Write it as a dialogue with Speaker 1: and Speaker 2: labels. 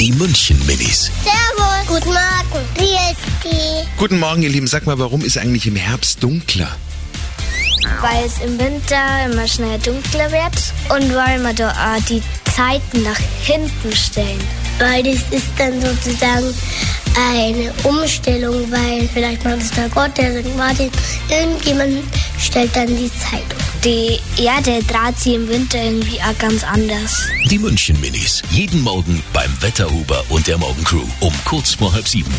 Speaker 1: Die München Minis.
Speaker 2: Servus. Guten Morgen. Wie ist die?
Speaker 3: Guten Morgen, ihr Lieben. Sag mal, warum ist eigentlich im Herbst dunkler?
Speaker 2: Weil es im Winter immer schnell dunkler wird und weil man da auch die Zeiten nach hinten stellen. Weil das ist dann sozusagen eine Umstellung, weil vielleicht macht es der Gott, der St. Martin, irgendjemand stellt dann die Zeit um. Die, ja, der Draht sie im Winter irgendwie auch ganz anders.
Speaker 1: Die München Minis. Jeden Morgen beim Wetterhuber und der Morgencrew um kurz vor halb sieben.